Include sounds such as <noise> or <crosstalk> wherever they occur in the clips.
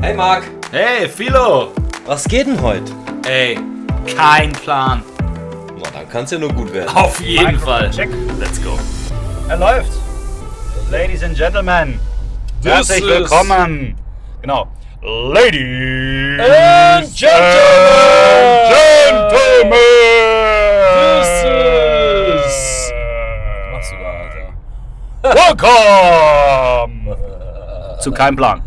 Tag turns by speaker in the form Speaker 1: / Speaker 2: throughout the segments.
Speaker 1: Hey Marc,
Speaker 2: Hey, Philo!
Speaker 3: Was geht denn heute?
Speaker 2: Ey, kein Plan.
Speaker 3: Na, dann kann's ja nur gut werden.
Speaker 2: Auf jeden Fall.
Speaker 4: Check.
Speaker 2: Let's go.
Speaker 4: Er läuft. Ladies and Gentlemen, herzlich
Speaker 2: ist-
Speaker 4: willkommen. Genau. Ladies
Speaker 2: And
Speaker 4: and Gentlemen.
Speaker 2: This is-
Speaker 1: machst du da, Alter?
Speaker 4: Welcome zu keinem Plan.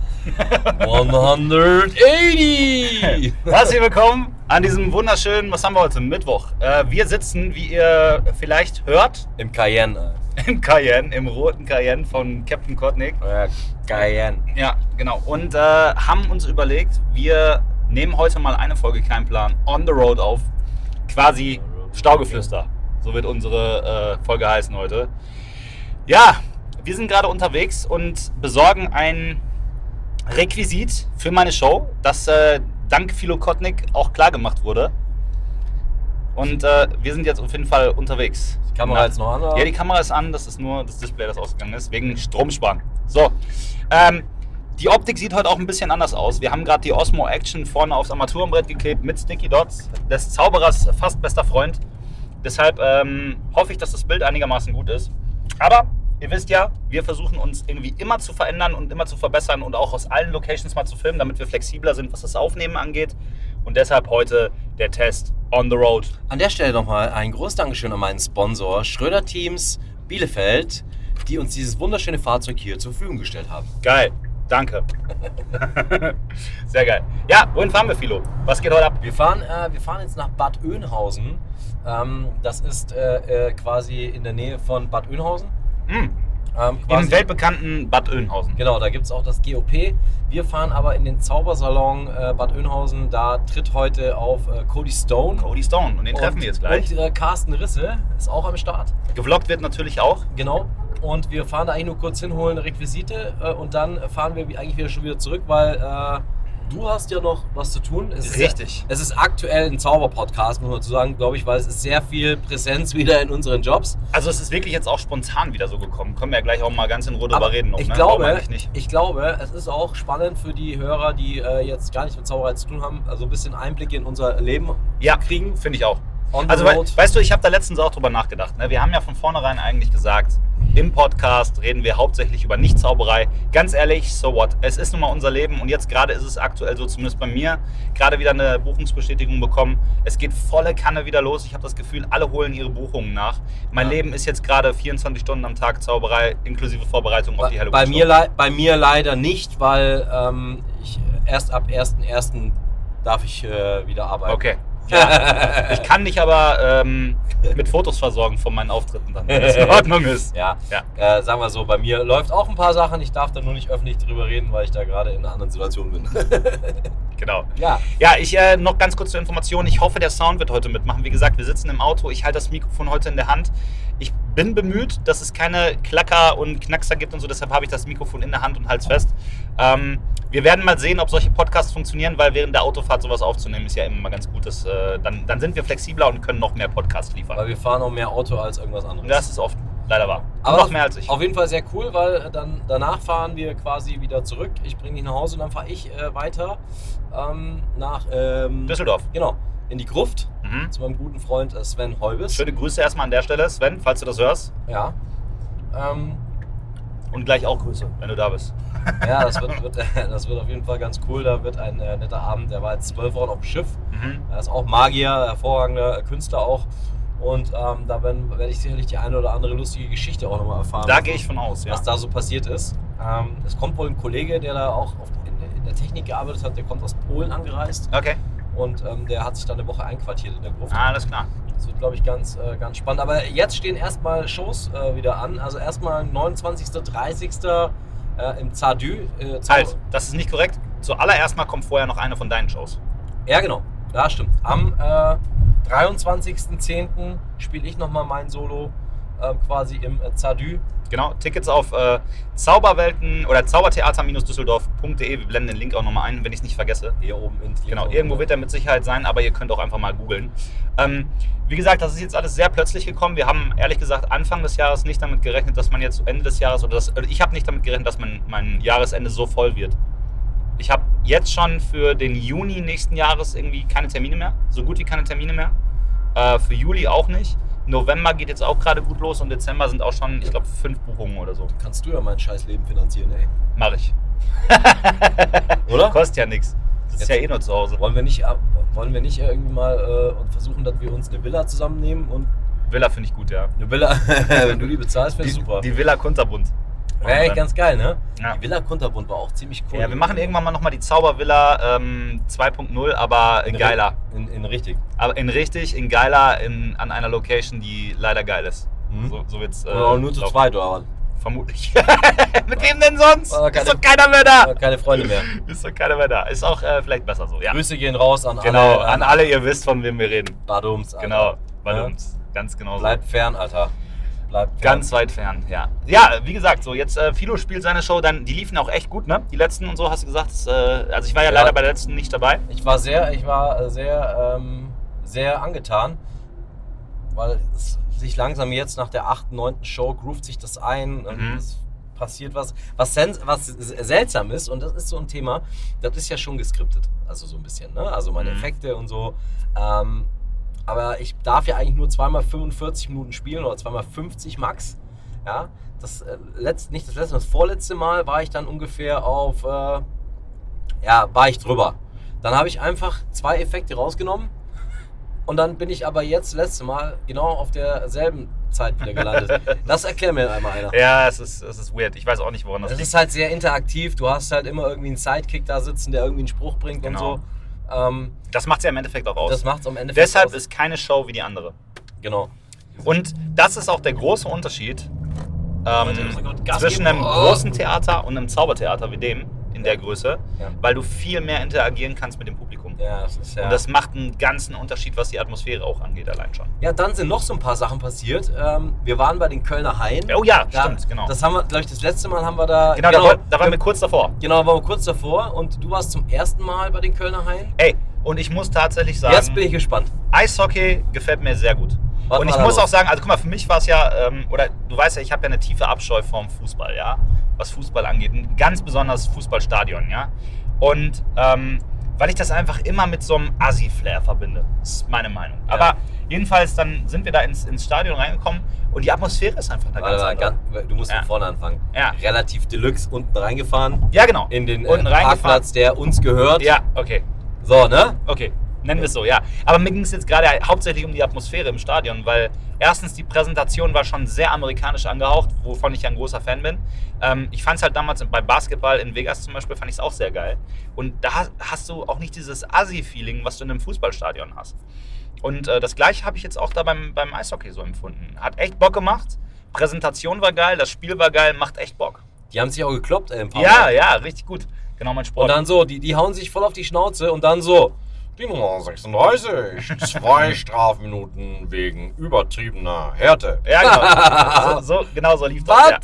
Speaker 2: 180!
Speaker 4: Herzlich willkommen an diesem wunderschönen, was haben wir heute, Mittwoch. Äh, wir sitzen, wie ihr vielleicht hört,
Speaker 3: Im Cayenne.
Speaker 4: im Cayenne, im roten Cayenne von Captain Kotnik.
Speaker 3: Äh, Cayenne.
Speaker 4: Ja, genau. Und äh, haben uns überlegt, wir nehmen heute mal eine Folge kein Plan on the road auf. Quasi Staugeflüster. So wird unsere äh, Folge heißen heute. Ja, wir sind gerade unterwegs und besorgen ein Requisit für meine Show, das äh, dank Philo Kotnik auch klar gemacht wurde. Und äh, wir sind jetzt auf jeden Fall unterwegs.
Speaker 3: Die Kamera jetzt noch an? oder?
Speaker 4: Ja, die Kamera ist an, das ist nur das Display, das ausgegangen ist, wegen Stromsparen. So, ähm, die Optik sieht heute auch ein bisschen anders aus. Wir haben gerade die Osmo Action vorne aufs Armaturenbrett geklebt mit Sticky Dots, des Zauberers fast bester Freund. Deshalb ähm, hoffe ich, dass das Bild einigermaßen gut ist. Aber ihr wisst ja, wir versuchen uns irgendwie immer zu verändern und immer zu verbessern und auch aus allen Locations mal zu filmen, damit wir flexibler sind, was das Aufnehmen angeht. Und deshalb heute der Test on the road.
Speaker 3: An der Stelle nochmal ein großes Dankeschön an meinen Sponsor Schröder Teams Bielefeld, die uns dieses wunderschöne Fahrzeug hier zur Verfügung gestellt haben.
Speaker 4: Geil, danke. Sehr geil. Ja, wohin fahren wir, Philo? Was geht heute ab?
Speaker 3: Wir fahren, äh, wir fahren jetzt nach Bad Oeynhausen. Ähm, das ist äh, äh, quasi in der Nähe von Bad Oeynhausen.
Speaker 4: Hm,
Speaker 3: Ähm,
Speaker 4: Im
Speaker 3: quasi,
Speaker 4: weltbekannten Bad Oeynhausen.
Speaker 3: genau, da gibt es auch das GOP. Wir fahren aber in den Zaubersalon äh, Bad Oeynhausen. Da tritt heute auf äh, Cody Stone.
Speaker 4: Cody Stone, und den treffen wir jetzt gleich.
Speaker 3: Und äh, Carsten Risse ist auch am Start.
Speaker 4: Gevloggt wird natürlich auch.
Speaker 3: Genau. Und wir fahren da eigentlich nur kurz hinholen, Requisite. Äh, und dann fahren wir wie- eigentlich wieder schon wieder zurück, weil äh, du hast ja noch was zu tun. Es
Speaker 4: Richtig.
Speaker 3: Ist, es ist aktuell ein Zauber-Podcast, muss man dazu sagen, glaube ich, weil es ist sehr viel Präsenz <laughs> wieder in unseren Jobs.
Speaker 4: Also es ist wirklich jetzt auch spontan wieder so gekommen. Können wir ja gleich auch mal ganz in Ruhe drüber reden. noch,
Speaker 3: ich,
Speaker 4: ne? Warum
Speaker 3: glaube,
Speaker 4: eigentlich nicht.
Speaker 3: ich glaube, es ist auch spannend für die Hörer, die äh, jetzt gar nicht mit Zauberei zu tun haben, also ein bisschen Einblicke in unser Leben
Speaker 4: Ja,
Speaker 3: zu kriegen.
Speaker 4: finde ich auch.
Speaker 3: On the
Speaker 4: Also wei-
Speaker 3: road.
Speaker 4: weißt du, ich habe da letztens auch drüber nachgedacht. Ne? Wir haben ja von vornherein eigentlich gesagt, im Podcast reden wir hauptsächlich über Nichtzauberei. Ganz ehrlich, so what? Es ist nun mal unser Leben und jetzt gerade ist es aktuell so, zumindest bei mir, gerade wieder eine Buchungsbestätigung bekommen. Es geht volle Kanne wieder los. Ich habe das Gefühl, alle holen ihre Buchungen nach. Mein
Speaker 3: Ja.
Speaker 4: Leben ist jetzt gerade 24 Stunden am Tag Zauberei inklusive Vorbereitung auf die
Speaker 3: Bei,
Speaker 4: Halloween.
Speaker 3: bei, mir, lei- bei mir leider nicht, weil ähm, ich erst ab 1.1. darf ich äh, wieder arbeiten.
Speaker 4: Okay. <laughs> Ja. ich kann dich aber ähm, mit Fotos versorgen von meinen Auftritten dann, wenn
Speaker 3: <laughs>
Speaker 4: das in Ordnung ist.
Speaker 3: Ja,
Speaker 4: Ja.
Speaker 3: Äh, sagen wir so, bei mir läuft auch ein paar Sachen. Ich darf da nur nicht öffentlich drüber reden, weil ich da gerade in einer anderen Situation bin. <laughs>
Speaker 4: Genau.
Speaker 3: ja,
Speaker 4: Ja, ich äh, noch ganz kurz zur Information. Ich hoffe, der Sound wird heute mitmachen. Wie gesagt, wir sitzen im Auto. Ich halte das Mikrofon heute in der Hand. Ich bin bemüht, dass es keine Klacker und Knackser gibt und so. Deshalb habe ich das Mikrofon in der Hand und halte es fest. Ähm, wir werden mal sehen, ob solche Podcasts funktionieren, weil während der Autofahrt sowas aufzunehmen ist ja immer mal ganz gut. Das, äh, dann, dann sind wir flexibler und können noch mehr Podcasts
Speaker 3: weil
Speaker 4: liefern.
Speaker 3: wir fahren auch mehr Auto als irgendwas anderes.
Speaker 4: Das ist oft leider wahr.
Speaker 3: Aber
Speaker 4: noch mehr als ich.
Speaker 3: Auf jeden Fall sehr cool, weil äh, dann danach fahren wir quasi wieder zurück. Ich bringe dich nach Hause und dann fahre ich äh, weiter ähm, nach ähm,
Speaker 4: Düsseldorf.
Speaker 3: Genau, in die Gruft
Speaker 4: Mhm.
Speaker 3: zu meinem guten Freund äh, Sven Heubes.
Speaker 4: Schöne Grüße erstmal an der Stelle, Sven, falls du das hörst.
Speaker 3: Ja. Ähm,
Speaker 4: Und gleich auch Grüße, wenn du da bist.
Speaker 3: ja, das wird, <laughs> wird, das wird auf jeden Fall ganz cool. Da wird ein äh, netter Abend. Der war jetzt zwölf Wochen auf dem Schiff.
Speaker 4: Mhm.
Speaker 3: Er ist auch Magier, hervorragender äh, Künstler auch. Und ähm, da werden, werde ich sicherlich die eine oder andere lustige Geschichte auch nochmal erfahren.
Speaker 4: Da gehe ich von aus, ja.
Speaker 3: was da so passiert ist. Ähm, es kommt wohl ein Kollege, der da auch auf, in, in der Technik gearbeitet hat, der kommt aus Polen angereist
Speaker 4: Okay,
Speaker 3: und ähm, der hat sich da eine Woche einquartiert in der Gruft.
Speaker 4: alles klar.
Speaker 3: Das wird, glaube ich, ganz, äh, ganz spannend. Aber jetzt stehen erstmal Shows äh, wieder an. Also erstmal 29., 30. Äh, im Zadü. Äh, Zau-
Speaker 4: Halt, das ist nicht korrekt. Zuallererst mal kommt vorher noch eine von deinen Shows.
Speaker 3: Ja, genau. Ja, stimmt. Am äh, 23.10. spiele ich nochmal mein Solo äh, quasi im äh, Zadü.
Speaker 4: Genau, Tickets auf äh, Zauberwelten oder Zaubertheater-düsseldorf.de. Wir blenden den Link auch nochmal ein, wenn ich es nicht vergesse.
Speaker 3: Hier oben in
Speaker 4: Genau, irgendwo wird er mit Sicherheit sein, aber ihr könnt auch einfach mal googeln. Ähm, wie gesagt, das ist jetzt alles sehr plötzlich gekommen. Wir haben ehrlich gesagt Anfang des Jahres nicht damit gerechnet, dass also man jetzt Ende des Jahres oder das, äh, ich habe nicht damit gerechnet, dass man mein Jahresende so voll wird. Ich habe jetzt schon für den Juni nächsten Jahres irgendwie keine Termine mehr. So gut wie keine Termine mehr. Äh, für Juli auch nicht. November geht jetzt auch gerade gut los und Dezember sind auch schon, ich glaube, fünf Buchungen oder so.
Speaker 3: Kannst du ja mein scheiß Leben finanzieren, ey.
Speaker 4: Mach ich.
Speaker 3: <laughs> Oder?
Speaker 4: Kostet ja nichts. Das ist ja eh nur zu Hause.
Speaker 3: Wollen wir nicht, ab- wollen wir nicht irgendwie mal äh, und versuchen, dass wir uns eine Villa zusammennehmen und
Speaker 4: Villa finde ich gut, ja.
Speaker 3: eine Villa, <laughs> wenn du die bezahlst, wäre
Speaker 4: Die,
Speaker 3: super.
Speaker 4: die Villa Kunterbunt.
Speaker 3: Wäre eigentlich ganz geil, ne?
Speaker 4: Ja.
Speaker 3: Die Villa Kunterbund war auch ziemlich cool.
Speaker 4: Ja, wir machen irgendwann mal nochmal die Zaubervilla ähm, 2.0, aber in
Speaker 3: In-
Speaker 4: geiler.
Speaker 3: In, in richtig.
Speaker 4: Aber in richtig, in geiler, in, an einer Location, die leider geil ist.
Speaker 3: Mhm.
Speaker 4: So, so wird's. äh,
Speaker 3: Oder auch nur zu
Speaker 4: laufen.
Speaker 3: zweit, oder?
Speaker 4: Vermutlich. <laughs> Mit wem denn sonst?
Speaker 3: Äh, keine-
Speaker 4: ist doch keiner mehr da.
Speaker 3: was? Keine Freunde mehr.
Speaker 4: Ist doch keiner mehr da. Ist auch äh, vielleicht besser so, ja.
Speaker 3: Grüße gehen raus an
Speaker 4: Genau,
Speaker 3: alle.
Speaker 4: an alle, ihr wisst, von wem wir reden.
Speaker 3: Badums. Alter.
Speaker 4: Genau, bei
Speaker 3: Ja.
Speaker 4: uns. Ganz genau so.
Speaker 3: Bleibt fern, Alter. Bleibt fern.
Speaker 4: Ganz weit fern, ja. Ja, wie gesagt, so jetzt äh, Philo spielt seine Show, dann die liefen auch echt gut, ne? Die letzten und so hast du gesagt, das, äh, also ich war ja,
Speaker 3: Ja.
Speaker 4: leider bei der letzten nicht dabei.
Speaker 3: Ich war sehr, ich war äh, sehr, ähm, sehr angetan, weil es sich langsam jetzt nach der 8., 9. Show groovt sich das ein und
Speaker 4: Mhm.
Speaker 3: es passiert was, was, sens was seltsam ist und das ist so ein Thema, das ist ja schon geskriptet, also so ein bisschen, ne? also meine
Speaker 4: Mhm.
Speaker 3: Effekte und so. Ähm, aber ich darf ja eigentlich nur zweimal 45 Minuten spielen oder zweimal 50 max. Ja, das äh, letzte, nicht das letzte, das vorletzte Mal war ich dann ungefähr auf, äh, ja, war ich drüber. Dann habe ich einfach zwei Effekte rausgenommen und dann bin ich aber jetzt letzte Mal genau auf derselben Zeit wieder gelandet.
Speaker 4: <laughs>
Speaker 3: Das erklär mir einmal einer.
Speaker 4: Ja, es ist, es ist weird. Ich weiß auch nicht, woran das
Speaker 3: Das
Speaker 4: liegt.
Speaker 3: ist halt sehr interaktiv. Du hast halt immer irgendwie einen Sidekick da sitzen, der irgendwie einen Spruch bringt
Speaker 4: Genau.
Speaker 3: und so. Ähm,
Speaker 4: Das macht's ja im Endeffekt auch aus.
Speaker 3: das macht es am Ende.
Speaker 4: Deshalb
Speaker 3: aus.
Speaker 4: ist keine Show wie die andere.
Speaker 3: genau.
Speaker 4: Und das ist auch der große Unterschied ähm,
Speaker 3: oh Gott, Gas
Speaker 4: zwischen
Speaker 3: geben.
Speaker 4: einem
Speaker 3: Oh.
Speaker 4: großen Theater und einem Zaubertheater wie dem in der Größe,
Speaker 3: Ja.
Speaker 4: weil du viel mehr interagieren kannst mit dem Publikum.
Speaker 3: Ja, das ist ja.
Speaker 4: Und das macht einen ganzen Unterschied, was die Atmosphäre auch angeht, allein schon.
Speaker 3: Ja, dann sind noch so ein paar Sachen passiert. Ähm, wir waren bei den Kölner Haien.
Speaker 4: Oh ja,
Speaker 3: Da-
Speaker 4: stimmt, genau.
Speaker 3: Das haben wir, glaube ich, das letzte Mal haben wir da.
Speaker 4: genau, Da,
Speaker 3: genau,
Speaker 4: woll- da waren wir kurz davor.
Speaker 3: genau, da waren wir kurz davor und du warst zum ersten Mal bei den Kölner Haien.
Speaker 4: Ey, und ich muss tatsächlich sagen,
Speaker 3: Jetzt bin ich gespannt.
Speaker 4: Eishockey gefällt mir sehr gut.
Speaker 3: Was
Speaker 4: und
Speaker 3: war
Speaker 4: ich
Speaker 3: da
Speaker 4: muss
Speaker 3: los?
Speaker 4: auch sagen, also guck mal, für mich war es ja, ähm, oder du weißt ja, ich habe ja eine tiefe Abscheu vom Fußball, ja, was Fußball angeht. Und ganz besonders Fußballstadion, ja. Und ähm, weil ich das einfach immer mit so einem Assi-Flair verbinde, ist meine Meinung.
Speaker 3: Ja.
Speaker 4: Aber jedenfalls, dann sind wir da ins, ins Stadion reingekommen und die Atmosphäre ist einfach da
Speaker 3: Warte
Speaker 4: ganz
Speaker 3: mal,
Speaker 4: anders.
Speaker 3: ganz- du musst
Speaker 4: Ja.
Speaker 3: von vorne anfangen.
Speaker 4: Ja.
Speaker 3: Relativ Deluxe unten reingefahren.
Speaker 4: Ja, genau.
Speaker 3: In den
Speaker 4: Unten
Speaker 3: äh,
Speaker 4: reingefahren.
Speaker 3: Parkplatz, der uns gehört.
Speaker 4: Ja, okay.
Speaker 3: So, ne?
Speaker 4: Okay, nennen wir es so, ja. Aber mir ging es jetzt gerade hauptsächlich um die Atmosphäre im Stadion, weil erstens die Präsentation war schon sehr amerikanisch angehaucht, wovon ich ja ein großer Fan bin. Ähm, ich fand es halt damals bei Basketball in Vegas zum Beispiel, fand ich es auch sehr geil. Und da hast- hast du auch nicht dieses Assi-Feeling, was du in einem Fußballstadion hast. Und äh, das gleiche habe ich jetzt auch da beim, beim Eishockey so empfunden. Hat echt Bock gemacht. Präsentation war geil, das Spiel war geil, macht echt Bock.
Speaker 3: Die haben sich auch gekloppt, ey, ein paar
Speaker 4: Ja,
Speaker 3: Mal.
Speaker 4: ja, richtig gut. Genau mein Sport.
Speaker 3: Und dann so, die, die hauen sich voll auf die Schnauze und dann so.
Speaker 5: Die Nummer 36. Zwei Strafminuten wegen übertriebener Härte.
Speaker 4: ja,
Speaker 3: <laughs>
Speaker 4: genau. So, so, genau so lief das.
Speaker 3: Was?
Speaker 4: Ja.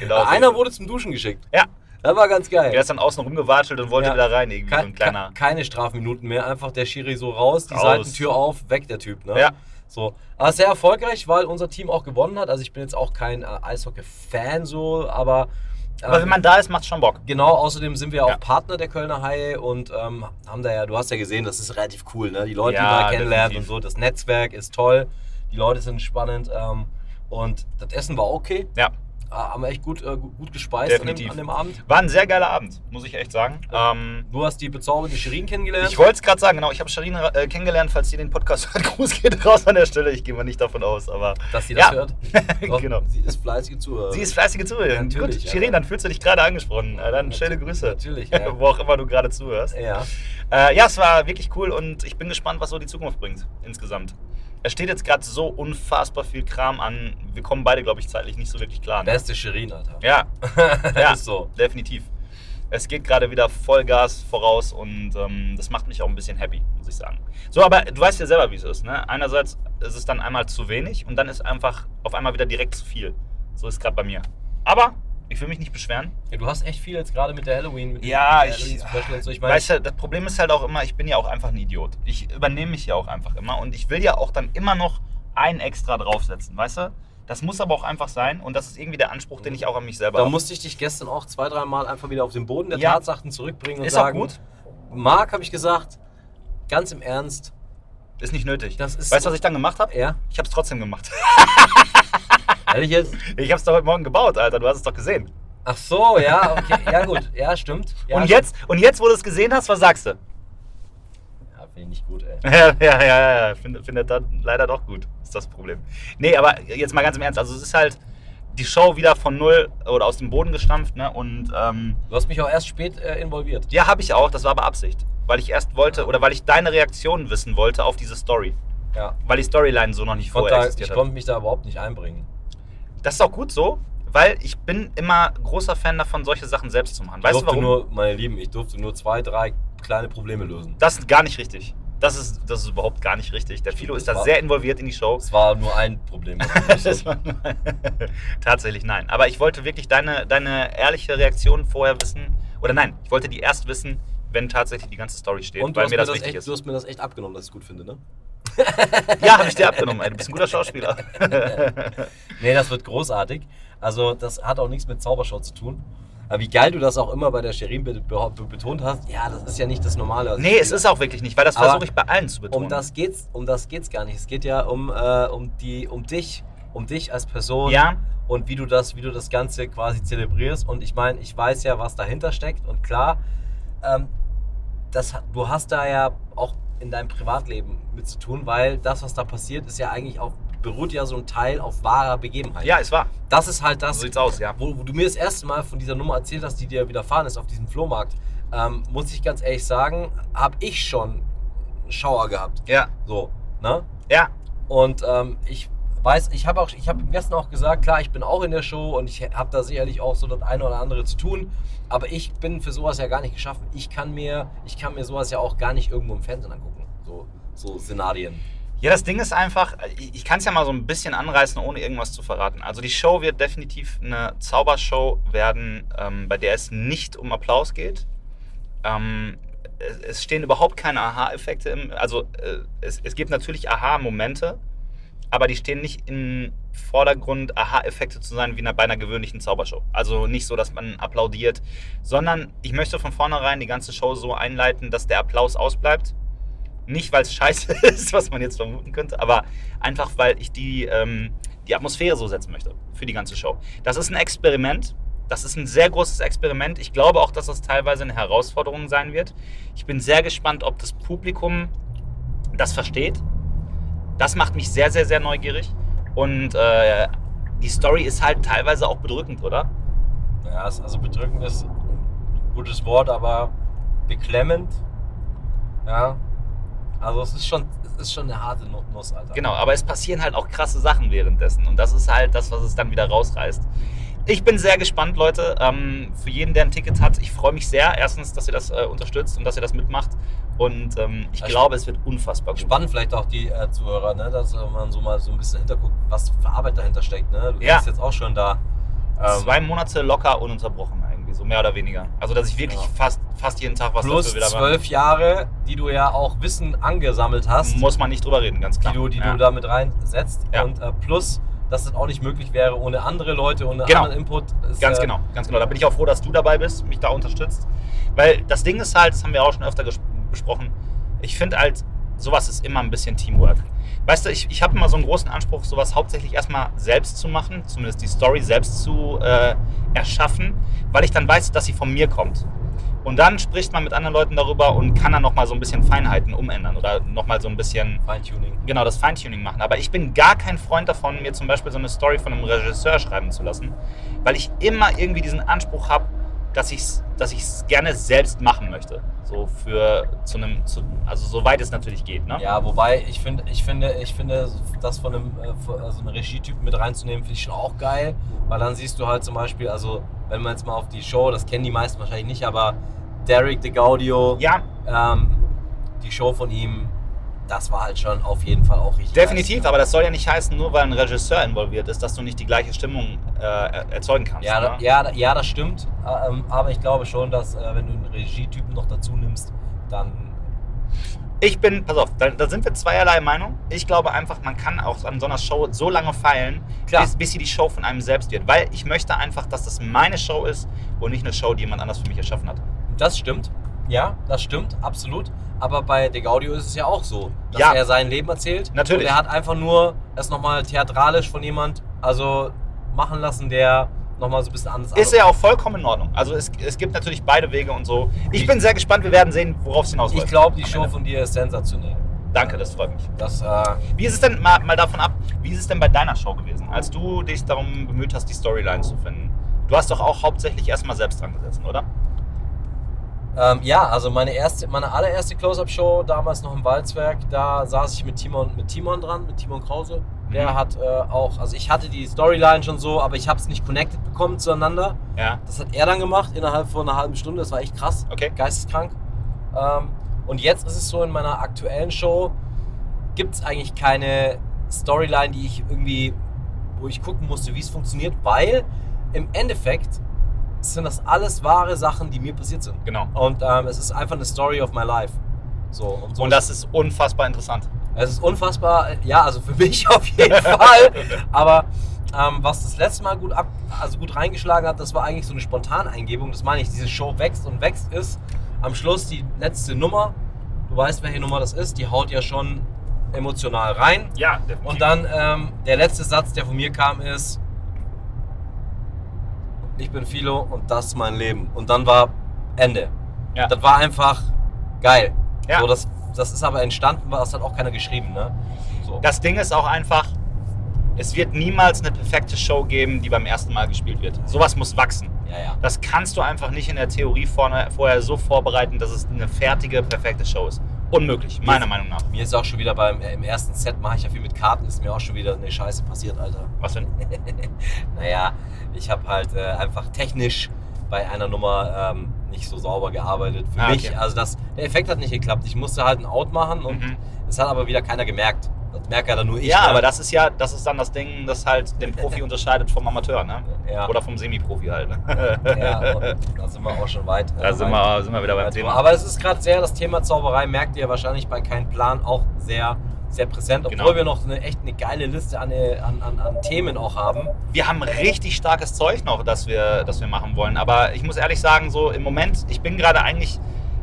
Speaker 4: Genau so
Speaker 3: Einer
Speaker 4: lief
Speaker 3: wurde zum Duschen geschickt.
Speaker 4: Ja.
Speaker 3: Das war ganz geil.
Speaker 4: Der ist dann außen rumgewatschelt und wollte
Speaker 3: Ja.
Speaker 4: wieder rein, irgendwie so
Speaker 3: Kein,
Speaker 4: ein kleiner.
Speaker 3: ke- keine Strafminuten mehr, einfach der Schiri so raus, die
Speaker 4: Raus.
Speaker 3: Seitentür auf, weg der Typ. Ne?
Speaker 4: Ja.
Speaker 3: So. Aber sehr erfolgreich, weil unser Team auch gewonnen hat. Also ich bin jetzt auch kein äh, Eishockey-Fan so, aber,
Speaker 4: Aber
Speaker 3: ähm,
Speaker 4: wenn man da ist, macht's schon Bock.
Speaker 3: genau, außerdem sind wir auch
Speaker 4: Ja.
Speaker 3: Partner der Kölner Haie und ähm, haben da ja, du hast ja gesehen, das ist relativ cool, ne? Die Leute,
Speaker 4: Ja,
Speaker 3: die man kennenlernt und
Speaker 4: definitiv.
Speaker 3: so, das Netzwerk ist toll, die Leute sind spannend ähm, und das Essen war okay.
Speaker 4: Ja.
Speaker 3: Äh, Haben wir echt gut, äh, gut- gut gespeist an dem,
Speaker 4: Definitiv.
Speaker 3: an dem Abend.
Speaker 4: War ein sehr geiler Abend, muss ich echt sagen.
Speaker 3: Ja.
Speaker 4: Ähm,
Speaker 3: Du hast die bezaubernde Shirin kennengelernt.
Speaker 4: ich wollte es gerade sagen, genau, ich habe Sharin äh, kennengelernt, falls ihr den Podcast hört. <laughs> Gruß geht raus an der Stelle, ich gehe mal nicht davon aus, aber
Speaker 3: dass sie das
Speaker 4: Ja. <laughs>
Speaker 3: hört. Doch,
Speaker 4: genau.
Speaker 3: Sie ist fleißige Zuhörerin.
Speaker 4: Sie ist fleißige Zuhörerin.
Speaker 3: Natürlich,
Speaker 4: Gut,
Speaker 3: ja.
Speaker 4: Shirin, dann fühlst du dich gerade angesprochen. Äh, Dann
Speaker 3: Nat-
Speaker 4: schöne Grüße.
Speaker 3: natürlich, ja.
Speaker 4: <laughs> Wo auch immer du gerade zuhörst.
Speaker 3: Ja.
Speaker 4: Äh, ja, es war wirklich cool und ich bin gespannt, was so die Zukunft bringt insgesamt. Es steht jetzt gerade so unfassbar viel Kram an. Wir kommen beide, glaube ich, zeitlich nicht so wirklich klar. ne?
Speaker 3: Beste Shirin, Alter. <laughs>
Speaker 4: Ja, ja.
Speaker 3: Ist so.
Speaker 4: definitiv. Es geht gerade wieder Vollgas voraus und ähm, das macht mich auch ein bisschen happy, muss ich sagen. So, aber du weißt ja selber, wie es ist. Ne? Einerseits ist es dann einmal zu wenig und dann ist einfach auf einmal wieder direkt zu viel. So ist gerade bei mir. Aber ich will mich nicht beschweren.
Speaker 3: Ja, du hast echt viel jetzt gerade mit der Halloween. Mit dem-
Speaker 4: Ja,
Speaker 3: mit der
Speaker 4: ich-
Speaker 3: Halloween-Special und so. Ich meine,
Speaker 4: Weißt du, das Problem ist halt auch immer, ich bin ja auch einfach ein Idiot. Ich übernehme mich ja auch einfach immer und ich will ja auch dann immer noch ein extra draufsetzen, weißt du? Das muss aber auch einfach sein und das ist irgendwie der Anspruch, den ich auch an mich selber
Speaker 3: da
Speaker 4: habe.
Speaker 3: musste ich dich gestern auch zwei, dreimal einfach wieder auf den Boden der
Speaker 4: Ja.
Speaker 3: Tatsachen zurückbringen und
Speaker 4: Ist auch
Speaker 3: sagen.
Speaker 4: gut.
Speaker 3: Marc habe ich gesagt, ganz im Ernst,
Speaker 4: Ist nicht nötig.
Speaker 3: Das ist-
Speaker 4: weißt du, was ich dann gemacht habe?
Speaker 3: ja,
Speaker 4: Ich habe es trotzdem gemacht. <laughs>
Speaker 3: ehrlich jetzt?
Speaker 4: Ich habe es doch heute Morgen gebaut, Alter. Du hast es doch gesehen.
Speaker 3: Ach so, ja, okay, ja gut, ja, stimmt. Ja, also-
Speaker 4: und, jetzt, und jetzt, wo du es gesehen hast, was sagst du? <laughs>
Speaker 3: stimmt. Ja, finde ich nicht gut, ey.
Speaker 4: Ja, ja, ja, ja. Findet, findet das leider doch gut. Ist das Problem. Nee, aber jetzt mal ganz im Ernst. Also, es ist halt die Show wieder von Null oder aus dem Boden gestampft, ne? Und ähm,
Speaker 3: Du hast mich auch erst spät äh, involviert.
Speaker 4: ja, habe ich auch. Das war aber Absicht. Weil ich erst wollte oder weil ich deine Reaktion wissen wollte auf diese Story.
Speaker 3: Ja.
Speaker 4: Weil die Storyline so noch nicht
Speaker 3: Ich, konnte
Speaker 4: vorher
Speaker 3: da,
Speaker 4: existiert
Speaker 3: ich
Speaker 4: hat.
Speaker 3: konnte mich da überhaupt nicht einbringen.
Speaker 4: Das ist auch gut so, weil ich bin immer großer Fan davon, solche Sachen selbst zu machen.
Speaker 3: Ich
Speaker 4: Weißt du
Speaker 3: durfte
Speaker 4: warum?
Speaker 3: nur, meine Lieben, ich durfte nur zwei, drei kleine Probleme lösen.
Speaker 4: das ist gar nicht richtig. Das ist, das ist überhaupt gar nicht richtig. Der Philo ist da
Speaker 3: das war-
Speaker 4: sehr involviert in die Show.
Speaker 3: Es war nur ein Problem. <laughs>
Speaker 4: <laughs> Das war- Tatsächlich nein. Aber ich wollte wirklich deine, deine ehrliche Reaktion vorher wissen. Oder nein, ich wollte die erst wissen, wenn tatsächlich die ganze Story steht,
Speaker 3: Und du
Speaker 4: weil
Speaker 3: hast,
Speaker 4: mir das,
Speaker 3: echt,
Speaker 4: wichtig
Speaker 3: du
Speaker 4: ist.
Speaker 3: hast mir das echt abgenommen, dass ich es gut finde, ne?
Speaker 4: Ja, habe ich dir abgenommen. Ey. Du bist ein guter Schauspieler.
Speaker 3: <laughs> Nee, das wird großartig. Also, das hat auch nichts mit Zaubershow zu tun. Aber wie geil du das auch immer bei der Sherin be be betont hast, ja, das ist ja nicht das Normale. was ich
Speaker 4: nee, es
Speaker 3: spiele.
Speaker 4: ist auch wirklich nicht, weil das
Speaker 3: Also Aber
Speaker 4: versuche ich bei allen zu betonen.
Speaker 3: Um das geht's, um das geht's gar nicht. Es geht ja um, äh, um die, um dich, um dich als Person
Speaker 4: ja,
Speaker 3: und wie du das, wie du das Ganze quasi zelebrierst. Und ich meine, ich weiß ja, was dahinter steckt und klar, ähm, das, hat- du hast da ja auch in deinem Privatleben mit zu tun, weil das, was da passiert, ist ja eigentlich auf, beruht ja so ein Teil auf wahrer Begebenheit.
Speaker 4: ja, Also- es war.
Speaker 3: Das ist halt das,
Speaker 4: So sieht's aus, ja.
Speaker 3: wo, wo du mir das erste Mal von dieser Nummer erzählt hast, die dir widerfahren ist auf diesem Flohmarkt, ähm, muss ich ganz ehrlich sagen, habe ich schon einen Schauer gehabt.
Speaker 4: Ja,
Speaker 3: So, ne?
Speaker 4: ja.
Speaker 3: Und ähm, ich weiß, ich habe auch, ich habe gestern auch gesagt, klar, ich bin auch in der Show und ich habe da sicherlich auch so das eine oder andere zu tun, aber ich bin für sowas ja gar nicht geschaffen. Ich kann mir, ich kann mir sowas ja auch gar nicht irgendwo im Fernsehen angucken. So, so Szenarien.
Speaker 4: Ja, das Ding ist einfach, äh, ich, ich kann es ja mal so ein bisschen anreißen, ohne irgendwas zu verraten. Also die Show wird definitiv eine Zaubershow werden, ähm, bei der es nicht um Applaus geht. Ähm, es, es stehen überhaupt keine Aha-Effekte. im- Also äh, es, es gibt natürlich Aha-Momente, aber die stehen nicht im Vordergrund, Aha-Effekte zu sein wie na- bei einer gewöhnlichen Zaubershow. Also nicht so, dass man applaudiert, sondern ich möchte von vornherein die ganze Show so einleiten, dass der Applaus ausbleibt. Nicht, weil es scheiße <laughs> ist, was man jetzt vermuten könnte, aber einfach, weil ich die, ähm, die Atmosphäre so setzen möchte für die ganze Show. Das ist ein Experiment. Das ist ein sehr großes Experiment. Ich glaube auch, dass das teilweise eine Herausforderung sein wird. Ich bin sehr gespannt, ob das Publikum das versteht. Das macht mich sehr, sehr, sehr neugierig. Und äh, die Story ist halt teilweise auch bedrückend, oder?
Speaker 3: Ja, ist also bedrückend ist ein gutes Wort, aber beklemmend. Ja. Also es ist schon, es ist schon eine harte Nu- Nuss, Alter.
Speaker 4: Genau, aber es passieren halt auch krasse Sachen währenddessen. Und das ist halt das, was es dann wieder rausreißt. Ich bin sehr gespannt, Leute. Ähm, für jeden, der ein Ticket hat, ich freue mich sehr. Erstens, dass ihr das äh, unterstützt und dass ihr das mitmacht. Und ähm, ich
Speaker 3: Also-
Speaker 4: glaube, es wird unfassbar gut.
Speaker 3: Spannend vielleicht auch die äh, Zuhörer, ne? dass äh, man so mal so ein bisschen hinterguckt, was für Arbeit dahinter steckt. Ne? Du
Speaker 4: Ja.
Speaker 3: bist jetzt auch schon da. Ähm,
Speaker 4: Zwei Monate locker ununterbrochen irgendwie, so mehr oder weniger. Also, dass ich wirklich
Speaker 3: Ja.
Speaker 4: fast, fast jeden Tag was
Speaker 3: plus
Speaker 4: dafür wieder
Speaker 3: zwölf Jahre, die du ja auch Wissen angesammelt hast,
Speaker 4: mache. Muss man nicht drüber reden, ganz
Speaker 3: die,
Speaker 4: klar.
Speaker 3: du, die
Speaker 4: ja.
Speaker 3: du da mit reinsetzt.
Speaker 4: Ja.
Speaker 3: Und äh, plus, dass das auch nicht möglich wäre ohne andere Leute, ohne
Speaker 4: Genau.
Speaker 3: anderen Input. Ist,
Speaker 4: Ganz
Speaker 3: äh,
Speaker 4: genau, ganz genau. Da bin ich auch froh, dass du dabei bist, mich da unterstützt. Weil das Ding ist halt, das haben wir auch schon öfter ges- besprochen, ich finde halt, sowas ist immer ein bisschen Teamwork. Weißt du, ich, ich habe immer so einen großen Anspruch, sowas hauptsächlich erstmal selbst zu machen, zumindest die Story selbst zu äh, erschaffen, weil ich dann weiß, dass sie von mir kommt. Und dann spricht man mit anderen Leuten darüber und kann dann nochmal so ein bisschen Feinheiten umändern oder nochmal so ein bisschen
Speaker 3: Feintuning.
Speaker 4: genau das Feintuning machen. Aber ich bin gar kein Freund davon, mir zum Beispiel so eine Story von einem Regisseur schreiben zu lassen, weil ich immer irgendwie diesen Anspruch habe, dass ich es dass ich's gerne selbst machen möchte. So für zu einem, zu, also soweit es natürlich geht. Ne?
Speaker 3: Ja, wobei ich finde, ich finde, ich finde, das von einem äh, von- also einen Regietypen mit reinzunehmen, finde ich schon auch geil, weil dann siehst du halt zum Beispiel, also wenn man jetzt mal auf die Show, das kennen die meisten wahrscheinlich nicht, aber Derek De Gaudio,
Speaker 4: Ja,
Speaker 3: ähm, die Show von ihm, das war halt schon auf jeden Fall auch richtig.
Speaker 4: definitiv,
Speaker 3: nice. ne?
Speaker 4: aber das soll ja nicht heißen, nur weil ein Regisseur involviert ist, dass du nicht die gleiche Stimmung äh, er- erzeugen kannst.
Speaker 3: Ja, da-
Speaker 4: ne?
Speaker 3: ja, da- ja, das stimmt. äh, ähm, Aber ich glaube schon, dass äh, wenn du einen Regietypen noch dazu nimmst, dann
Speaker 4: Ich bin, pass auf, da, da sind wir zweierlei Meinung. Ich glaube einfach, man kann auch an so einer Show so lange feilen,
Speaker 3: Klar.
Speaker 4: bis, bis sie die Show von einem selbst wird. Weil ich möchte einfach, dass das meine Show ist und nicht eine Show, die jemand anders für mich erschaffen hat.
Speaker 3: Das stimmt. Ja, das stimmt, absolut. Aber bei De Gaudio ist es ja auch so, dass
Speaker 4: Ja.
Speaker 3: er sein Leben erzählt.
Speaker 4: Natürlich.
Speaker 3: Und er hat einfach nur es nochmal theatralisch von jemand, also machen lassen, der nochmal so ein bisschen anders
Speaker 4: Ist ja auch vollkommen in Ordnung. Also es, es gibt natürlich beide Wege und so. Ich bin sehr gespannt, wir werden sehen, worauf es hinausläuft.
Speaker 3: Ich glaube, die
Speaker 4: Am
Speaker 3: Show
Speaker 4: Ende.
Speaker 3: von dir ist sensationell.
Speaker 4: Danke, das freut mich.
Speaker 3: Das, äh,
Speaker 4: Wie ist es denn, mal, mal davon ab, wie ist es denn bei deiner Show gewesen, als du dich darum bemüht hast, die Storyline zu finden? Du hast doch auch hauptsächlich erstmal selbst angesessen, oder?
Speaker 3: ähm, ja, also meine erste, meine allererste Close-Up-Show damals noch im Walzwerk, da saß ich mit Timon, mit Timon dran, mit Timon Krause. Der
Speaker 4: Mhm.
Speaker 3: hat äh, auch, also ich hatte die Storyline schon so, aber ich habe es nicht connected bekommen zueinander.
Speaker 4: Ja.
Speaker 3: Das hat er dann gemacht innerhalb von einer halben Stunde. Das war echt krass.
Speaker 4: Okay.
Speaker 3: Geisteskrank. Ähm, und jetzt ist es so, in meiner aktuellen Show gibt es eigentlich keine Storyline, die ich irgendwie, wo ich gucken musste, wie es funktioniert, weil im Endeffekt sind das alles wahre Sachen, die mir passiert sind.
Speaker 4: Genau.
Speaker 3: Und ähm, es ist einfach eine Story of my life. So, und so
Speaker 4: Und das ist unfassbar interessant.
Speaker 3: es ist unfassbar, ja, also für mich <laughs> auf jeden Fall. Aber ähm, was das letzte Mal gut, ab, also gut reingeschlagen hat, das war eigentlich so eine Spontaneingebung. Das meine ich, diese Show wächst und wächst ist. Am Schluss die letzte Nummer, du weißt, welche Nummer das ist, die haut ja schon emotional rein.
Speaker 4: Ja, definitiv.
Speaker 3: Und dann ähm, der letzte Satz, der von mir kam, ist: Ich bin Philo und das ist mein Leben. Und dann war Ende.
Speaker 4: Ja.
Speaker 3: Das war einfach geil.
Speaker 4: Ja.
Speaker 3: So, das, das ist aber entstanden, weil das hat auch keiner geschrieben. Ne? So.
Speaker 4: Das Ding ist auch einfach, es wird niemals eine perfekte Show geben, die beim ersten Mal gespielt wird. Sowas muss wachsen.
Speaker 3: Ja, ja.
Speaker 4: Das kannst du einfach nicht in der Theorie vorne, vorher so vorbereiten, dass es eine fertige, perfekte Show ist. Unmöglich, meiner Meinung nach.
Speaker 3: Mir ist auch schon wieder beim äh, im ersten Set mache ich ja viel mit Karten, ist mir auch schon wieder eine Scheiße passiert, Alter.
Speaker 4: Was denn?
Speaker 3: Naja, ich habe halt äh, einfach technisch bei einer Nummer ähm, nicht so sauber gearbeitet. Für
Speaker 4: Ah, okay.
Speaker 3: mich, also das, der Effekt hat nicht geklappt. Ich musste halt ein Out machen und
Speaker 4: Mhm.
Speaker 3: es hat aber wieder keiner gemerkt. Das merkt ja dann nur ich.
Speaker 4: ja,
Speaker 3: ne?
Speaker 4: aber das ist ja, das ist dann das Ding, das halt den <laughs> Profi unterscheidet vom Amateur, ne?
Speaker 3: Ja.
Speaker 4: Oder vom Semi-Profi halt.
Speaker 3: Ja, und da sind wir auch schon weit.
Speaker 4: Da sind wir, sind wir wieder beim
Speaker 3: weit drüber.
Speaker 4: Thema.
Speaker 3: Also, Aber es ist gerade sehr das Thema Zauberei, merkt ihr wahrscheinlich bei keinem Plan auch sehr, sehr präsent, obwohl
Speaker 4: Genau.
Speaker 3: wir noch eine echt eine geile Liste an, äh, an, an, an Themen auch haben.
Speaker 4: wir haben richtig starkes Zeug noch, das wir, das wir machen wollen. Aber ich muss ehrlich sagen, so im Moment, ich bin gerade eigentlich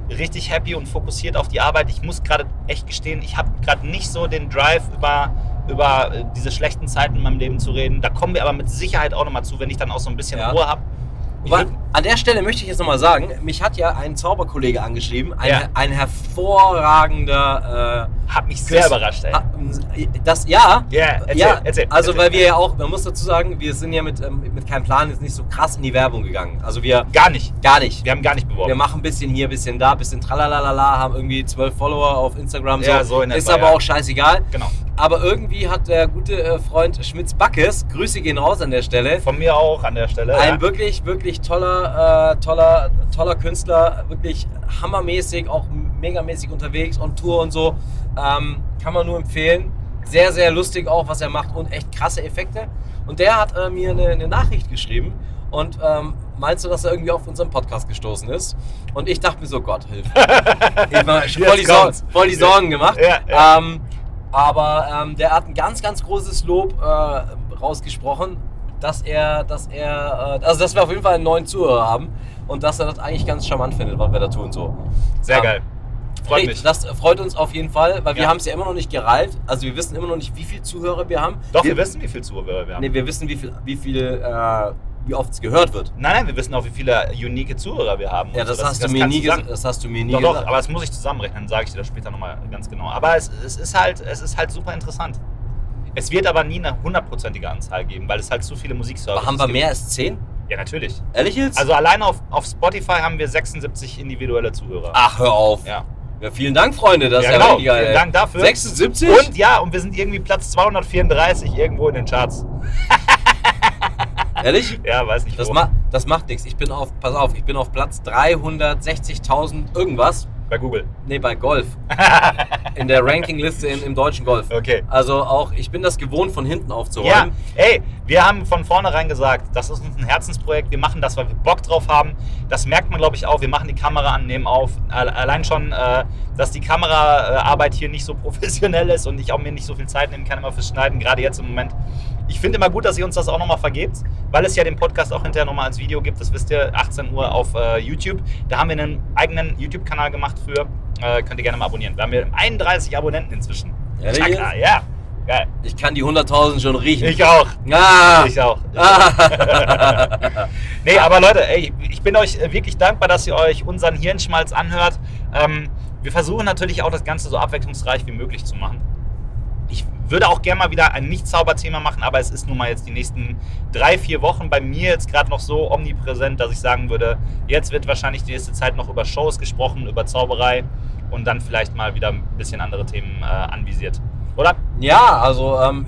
Speaker 4: richtig happy und fokussiert auf die Arbeit. Ich muss gerade echt gestehen, ich habe gerade nicht so den Drive über, über äh, diese schlechten Zeiten in meinem Leben zu reden. Da kommen wir aber mit Sicherheit auch nochmal zu, wenn ich dann auch so ein bisschen
Speaker 3: Ja.
Speaker 4: Ruhe habe.
Speaker 3: Wobei, an der Stelle möchte ich jetzt nochmal sagen, mich hat ja ein Zauberkollege angeschrieben, ein,
Speaker 4: Ja.
Speaker 3: ein hervorragender äh,
Speaker 4: Hab mich sehr
Speaker 3: Künstler-
Speaker 4: überrascht, ey.
Speaker 3: Ah, Das, ja,
Speaker 4: Ja, erzähl,
Speaker 3: ja,
Speaker 4: erzähl.
Speaker 3: also
Speaker 4: erzähl.
Speaker 3: weil wir ja auch, man muss dazu sagen, wir sind ja mit, ähm, mit keinem Plan jetzt nicht so krass in die Werbung gegangen. Also wir
Speaker 4: Gar nicht.
Speaker 3: gar nicht.
Speaker 4: Wir haben gar nicht
Speaker 3: Wir
Speaker 4: beworben.
Speaker 3: machen ein bisschen hier, ein bisschen da, ein bisschen tralalala, haben irgendwie zwölf Follower auf Instagram. So.
Speaker 4: Ja, so in etwa,
Speaker 3: Ist aber
Speaker 4: ja.
Speaker 3: auch scheißegal.
Speaker 4: Genau.
Speaker 3: Aber irgendwie hat der gute äh, Freund Schmitz Backes, Grüße gehen raus an der Stelle,
Speaker 4: Von mir auch an der Stelle.
Speaker 3: ein
Speaker 4: ja.
Speaker 3: wirklich, wirklich toller, äh, toller, toller Künstler, wirklich hammermäßig, auch megamäßig unterwegs on Tour und so. Ähm, kann man nur empfehlen. Sehr, sehr lustig auch, was er macht und echt krasse Effekte. Und der hat äh, mir eine, eine Nachricht geschrieben und ähm, meinst du, dass er irgendwie auf unseren Podcast gestoßen ist? Und ich dachte mir so, Gott,
Speaker 4: <laughs>
Speaker 3: hilf. ich war schon voll die,
Speaker 4: Jetzt
Speaker 3: Sorgen,
Speaker 4: kommt's.
Speaker 3: voll die Sorgen gemacht.
Speaker 4: Ja,
Speaker 3: Ähm, aber ähm, der hat ein ganz, ganz großes Lob äh, rausgesprochen, dass er, dass er, äh, also dass wir auf jeden Fall einen neuen Zuhörer haben und dass er das eigentlich ganz charmant findet, was wir da tun so.
Speaker 4: Sehr
Speaker 3: ähm,
Speaker 4: geil. Freut
Speaker 3: Nee,
Speaker 4: mich.
Speaker 3: Das freut uns auf jeden Fall, weil wir
Speaker 4: Ja.
Speaker 3: haben es ja immer noch nicht gereilt. Also wir wissen immer noch nicht, wie viele Zuhörer wir haben.
Speaker 4: Doch, wir wissen, wie viel Zuhörer wir haben.
Speaker 3: Nee, wir wissen, wie viel, wie viel, äh, wie oft es gehört wird.
Speaker 4: Nein, nein, wir wissen auch, wie viele unique Zuhörer wir haben.
Speaker 3: Ja,
Speaker 4: und
Speaker 3: das,
Speaker 4: so.
Speaker 3: hast du mir
Speaker 4: kannst
Speaker 3: nie
Speaker 4: sagen.
Speaker 3: gesagt. Das hast du mir nie
Speaker 4: Doch,
Speaker 3: gesagt.
Speaker 4: doch, aber das muss ich zusammenrechnen, dann sage ich dir das später nochmal ganz genau. Aber es, es, ist halt, es ist halt super interessant. Es wird aber nie eine hundertprozentige Anzahl geben, weil es halt zu viele Musikservices
Speaker 3: aber haben wir
Speaker 4: gibt.
Speaker 3: mehr als 10?
Speaker 4: Ja, natürlich.
Speaker 3: Ehrlich jetzt?
Speaker 4: Also alleine auf, auf Spotify haben wir 76 individuelle Zuhörer.
Speaker 3: Ach, hör auf.
Speaker 4: Ja.
Speaker 3: Ja, vielen Dank, Freunde. Ah, Das
Speaker 4: Ja,
Speaker 3: ist ja
Speaker 4: genau.
Speaker 3: richtig geil.
Speaker 4: Vielen
Speaker 3: ey.
Speaker 4: Dank dafür.
Speaker 3: 76?
Speaker 4: Und ja, und wir sind irgendwie Platz 234 irgendwo in den Charts.
Speaker 3: Ehrlich?
Speaker 4: Ja, weiß nicht
Speaker 3: Das,
Speaker 4: wo.
Speaker 3: ma das macht nichts. Ich bin auf, pass auf, ich bin auf Platz 360.000 irgendwas.
Speaker 4: Bei Google.
Speaker 3: Nee, bei
Speaker 4: <laughs>
Speaker 3: Golf. In der Rankingliste in, im deutschen Golf.
Speaker 4: Okay.
Speaker 3: Also auch, ich bin das gewohnt, von hinten
Speaker 4: Ja,
Speaker 3: aufzuräumen.
Speaker 4: ey, Wir haben von vornherein gesagt, das ist uns ein Herzensprojekt. Wir machen das, weil wir Bock drauf haben. Das merkt man, glaube ich, auch. Wir machen die Kamera an, nehmen auf. Alle- Allein schon, äh, dass die Kameraarbeit hier nicht so <laughs> professionell ist und ich auch mir nicht so viel Zeit nehmen kann immer fürs Schneiden, gerade jetzt im Moment. Ich finde immer gut, dass ihr uns das auch nochmal vergebt, weil es ja den Podcast auch hinterher nochmal als Video gibt. Das wisst ihr, 18 Uhr auf äh, YouTube. Da haben wir einen eigenen YouTube-Kanal gemacht früher. Äh, könnt ihr gerne mal abonnieren. Da haben wir 31 Abonnenten inzwischen.
Speaker 3: Ehrlich
Speaker 4: Ja,
Speaker 3: jetzt?
Speaker 4: klar, ja. Geil.
Speaker 3: Ich kann die 100.000 schon riechen.
Speaker 4: Ich auch.
Speaker 3: ah,
Speaker 4: <laughs> Ich auch.
Speaker 3: ah. <laughs>
Speaker 4: Nee, aber Leute, ey, ich bin euch äh, wirklich dankbar, dass ihr euch unseren Hirnschmalz anhört. Ähm, wir versuchen natürlich auch das Ganze so abwechslungsreich wie möglich zu machen. Ich würde auch gerne mal wieder ein Nicht-Zauberthema machen, aber es ist nun mal jetzt die nächsten drei, vier Wochen bei mir jetzt gerade noch so omnipräsent, dass ich sagen würde, jetzt wird wahrscheinlich die nächste Zeit noch über Shows gesprochen, über Zauberei und dann vielleicht mal wieder ein bisschen andere Themen äh, anvisiert. Oder?
Speaker 3: Ja, also ähm,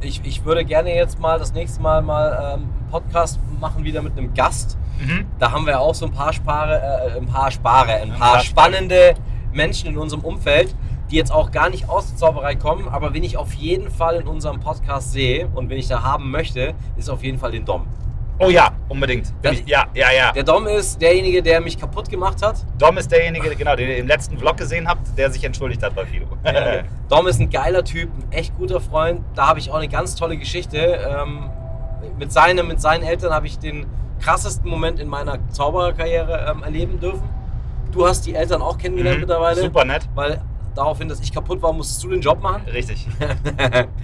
Speaker 3: ich, ich würde gerne jetzt mal das nächste Mal mal ähm, einen Podcast machen wieder mit einem Gast.
Speaker 4: Mhm.
Speaker 3: Da haben wir auch so ein paar Spare, äh, ein paar Spare, ein
Speaker 4: Ein
Speaker 3: paar
Speaker 4: paar
Speaker 3: spannende Menschen in unserem Umfeld, die jetzt auch gar nicht aus der Zauberei kommen, aber wen ich auf jeden Fall in unserem Podcast sehe und wen ich da haben möchte, ist auf jeden Fall den Dom.
Speaker 4: Oh ja, unbedingt. Bin
Speaker 3: Das-
Speaker 4: ich, ja, ja, ja.
Speaker 3: Der Dom ist derjenige, der mich kaputt gemacht
Speaker 4: <laughs>
Speaker 3: hat.
Speaker 4: Dom ist derjenige, genau, den ihr im letzten Vlog gesehen habt, der sich entschuldigt hat bei Fido. <laughs>
Speaker 3: Dom ist ein geiler Typ, ein echt guter Freund. Da habe ich auch eine ganz tolle Geschichte. Ähm, mit, seine, mit seinen Eltern habe ich den krassesten Moment in meiner Zaubererkarriere ähm, erleben dürfen. Du hast die Eltern auch kennengelernt
Speaker 4: Mhm.
Speaker 3: mittlerweile.
Speaker 4: Super nett.
Speaker 3: Weil daraufhin, dass ich kaputt war, musstest du den Job machen.
Speaker 4: <laughs> Richtig.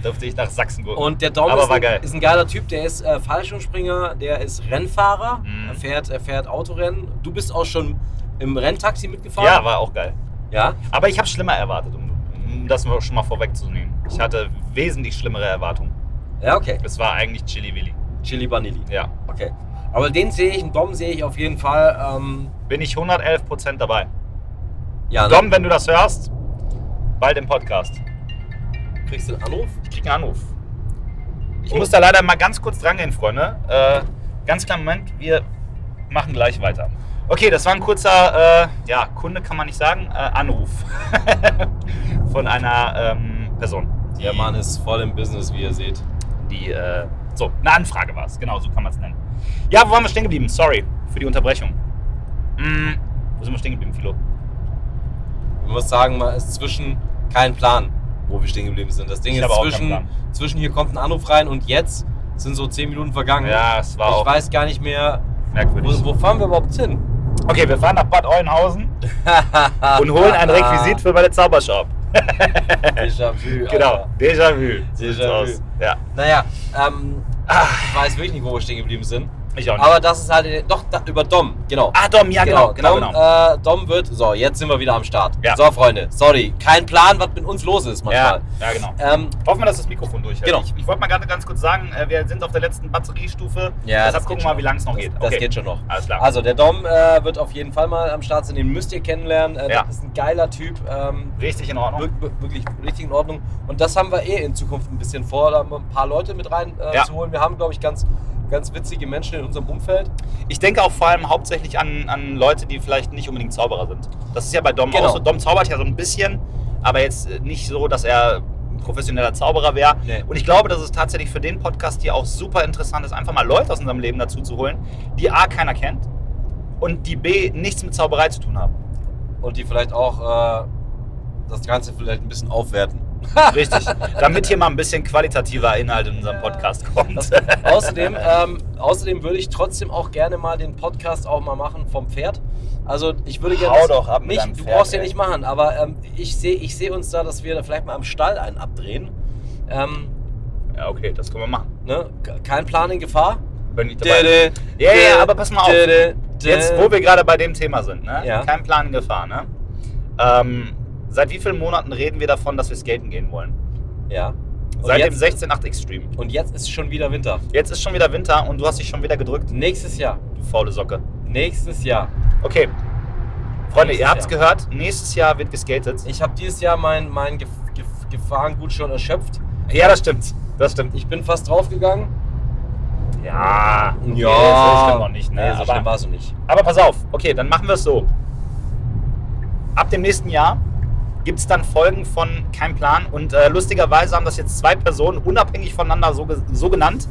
Speaker 4: Durfte ich nach Sachsen gucken.
Speaker 3: Und der Dom
Speaker 4: Aber
Speaker 3: ist
Speaker 4: war
Speaker 3: ein,
Speaker 4: geil.
Speaker 3: ist ein geiler Typ, der ist äh, Fallschirmspringer, der ist Rennfahrer,
Speaker 4: Mhm.
Speaker 3: er, fährt, er fährt Autorennen. Du bist auch schon im Renntaxi mitgefahren.
Speaker 4: ja, war auch geil.
Speaker 3: ja.
Speaker 4: Aber ich habe schlimmer erwartet, um, um das mal schon mal vorwegzunehmen. Ich hatte wesentlich schlimmere Erwartungen.
Speaker 3: Ja, okay.
Speaker 4: Es war eigentlich Chili Willi.
Speaker 3: Chili Vanilli.
Speaker 4: Ja.
Speaker 3: Okay. Aber den sehe ich, einen Dom sehe ich auf jeden Fall. Ähm,
Speaker 4: Bin ich 111% dabei.
Speaker 3: ja, ne?
Speaker 4: Dom, wenn du das hörst, bald im Podcast.
Speaker 3: kriegst du einen Anruf?
Speaker 4: Ich krieg einen Anruf. Ich muss da leider mal ganz kurz drangehen, Freunde. Äh, ganz kleinen Moment, wir machen gleich weiter. Okay, das war ein kurzer, äh, ja, Kunde kann man nicht sagen, äh, Anruf <laughs> von einer ähm, Person. Die,
Speaker 3: Der Mann ist voll im Business, wie ihr seht.
Speaker 4: Die, äh, so, eine Anfrage war es, genau, so kann man es nennen. Ja, wo waren wir stehen geblieben? Sorry für die Unterbrechung. Mm, wo sind wir stehen geblieben, Philo?
Speaker 3: Man muss sagen, man ist zwischen kein Plan, wo wir stehen geblieben sind. Das Ding
Speaker 4: Ich
Speaker 3: ist
Speaker 4: habe auch
Speaker 3: zwischen,
Speaker 4: keinen
Speaker 3: zwischen hier kommt ein Anruf rein und jetzt sind so 10 Minuten vergangen.
Speaker 4: Ja, es war
Speaker 3: ich
Speaker 4: auch
Speaker 3: weiß gar nicht mehr,
Speaker 4: merkwürdig.
Speaker 3: wo, wo fahren wir überhaupt hin?
Speaker 4: Okay, wir fahren nach Bad Oeynhausen <laughs>
Speaker 3: Ah.
Speaker 4: und holen
Speaker 3: <laughs>
Speaker 4: ein Requisit für meine Zaubershop. <laughs>
Speaker 3: Déjà-vu.
Speaker 4: Genau,
Speaker 3: Alter.
Speaker 4: Déjà-vu. So
Speaker 3: Déjà
Speaker 4: sieht's
Speaker 3: vu.
Speaker 4: aus. Ja,
Speaker 3: Naja, ähm, ich weiß wirklich nicht, wo wir stehen geblieben sind.
Speaker 4: ich auch nicht.
Speaker 3: Aber das ist halt, doch, da, über Dom, genau.
Speaker 4: ah, Dom, ja, genau, genau,
Speaker 3: Dom,
Speaker 4: genau.
Speaker 3: Äh, Dom wird. So, jetzt sind wir wieder am Start.
Speaker 4: Ja.
Speaker 3: So, Freunde, sorry. Kein Plan, was mit uns los ist
Speaker 4: ja,
Speaker 3: manchmal.
Speaker 4: ja, genau.
Speaker 3: Ähm,
Speaker 4: Hoffen wir, dass das Mikrofon durchhält.
Speaker 3: äh, Genau.
Speaker 4: Ich, ich wollte mal gerade ganz kurz sagen, äh, wir sind auf der letzten Batteriestufe.
Speaker 3: Ja, das geht
Speaker 4: deshalb gucken wir
Speaker 3: schon.
Speaker 4: mal, wie lange es noch
Speaker 3: das,
Speaker 4: geht.
Speaker 3: das geht schon noch.
Speaker 4: Alles klar.
Speaker 3: Also, der Dom äh, wird auf jeden Fall mal am Start sein. Den müsst ihr kennenlernen. Äh,
Speaker 4: Ja.
Speaker 3: Das ist ein geiler Typ. Ähm,
Speaker 4: Richtig in Ordnung.
Speaker 3: wir- wir- wirklich richtig in Ordnung. Und das haben wir eh in Zukunft ein bisschen vor, da ein paar Leute mit reinzuholen. Äh,
Speaker 4: Ja.
Speaker 3: zu holen. Wir haben, glaube ich, ganz, ganz witzige Menschen in unserem Umfeld.
Speaker 4: Ich denke auch vor allem hauptsächlich an, an Leute, die vielleicht nicht unbedingt Zauberer sind. Das ist ja bei Dom
Speaker 3: Genau.
Speaker 4: auch so. Dom zaubert ja so ein bisschen, aber jetzt äh, nicht so, dass er ein professioneller Zauberer wäre.
Speaker 3: Nee.
Speaker 4: Und ich glaube, dass es tatsächlich für den Podcast hier auch super interessant ist, einfach mal Leute aus unserem Leben dazu zu holen, die A keiner kennt und die B nichts mit Zauberei zu tun haben.
Speaker 3: Und die vielleicht auch äh, das Ganze vielleicht ein bisschen aufwerten.
Speaker 4: Richtig. Damit hier mal ein bisschen qualitativer Inhalt in unserem Podcast kommt. <laughs>
Speaker 3: Das, außerdem, ähm, außerdem würde ich trotzdem auch gerne mal den Podcast auch mal machen vom Pferd. Also ich würde gerne. das
Speaker 4: Hau doch ab mit
Speaker 3: nicht,
Speaker 4: deinem
Speaker 3: Du
Speaker 4: Pferd,
Speaker 3: brauchst ja
Speaker 4: ey.
Speaker 3: nicht machen, aber ähm, ich sehe ich seh uns da, dass wir da vielleicht mal am Stall einen abdrehen. Ähm,
Speaker 4: Ja, okay, das können wir machen.
Speaker 3: ne? Ke- Kein Plan in Gefahr.
Speaker 4: Bin ich dabei. Ja, ja, aber pass mal auf. Jetzt, wo wir gerade bei dem Thema sind, ne?
Speaker 3: Ja.
Speaker 4: Kein Plan in Gefahr, ne? Ähm, seit wie vielen Monaten reden wir davon, dass wir skaten gehen wollen?
Speaker 3: Ja. Und
Speaker 4: Seit
Speaker 3: Oh, jetzt,
Speaker 4: dem 16.8 Extreme.
Speaker 3: Und jetzt ist schon wieder Winter.
Speaker 4: Jetzt ist schon wieder Winter und du hast dich schon wieder gedrückt,
Speaker 3: Nächstes Jahr.
Speaker 4: du faule Socke.
Speaker 3: Nächstes Jahr.
Speaker 4: Okay. Freunde,
Speaker 3: Nächstes
Speaker 4: ihr habt's
Speaker 3: Jahr.
Speaker 4: gehört, nächstes Jahr wird geskatet.
Speaker 3: Ich habe dieses Jahr mein, mein Gef Gef Gefahrengut schon erschöpft.
Speaker 4: Ja, das stimmt. Das stimmt.
Speaker 3: Ich bin fast draufgegangen.
Speaker 4: Ja, okay, so stimmt noch nicht, ne?
Speaker 3: Nee, so
Speaker 4: aber,
Speaker 3: schlimm war es noch nicht.
Speaker 4: aber pass auf, okay, dann machen wir es so. Ab dem nächsten Jahr gibt es dann Folgen von Kein Plan und äh, lustigerweise haben das jetzt zwei Personen unabhängig voneinander so, ge- so genannt.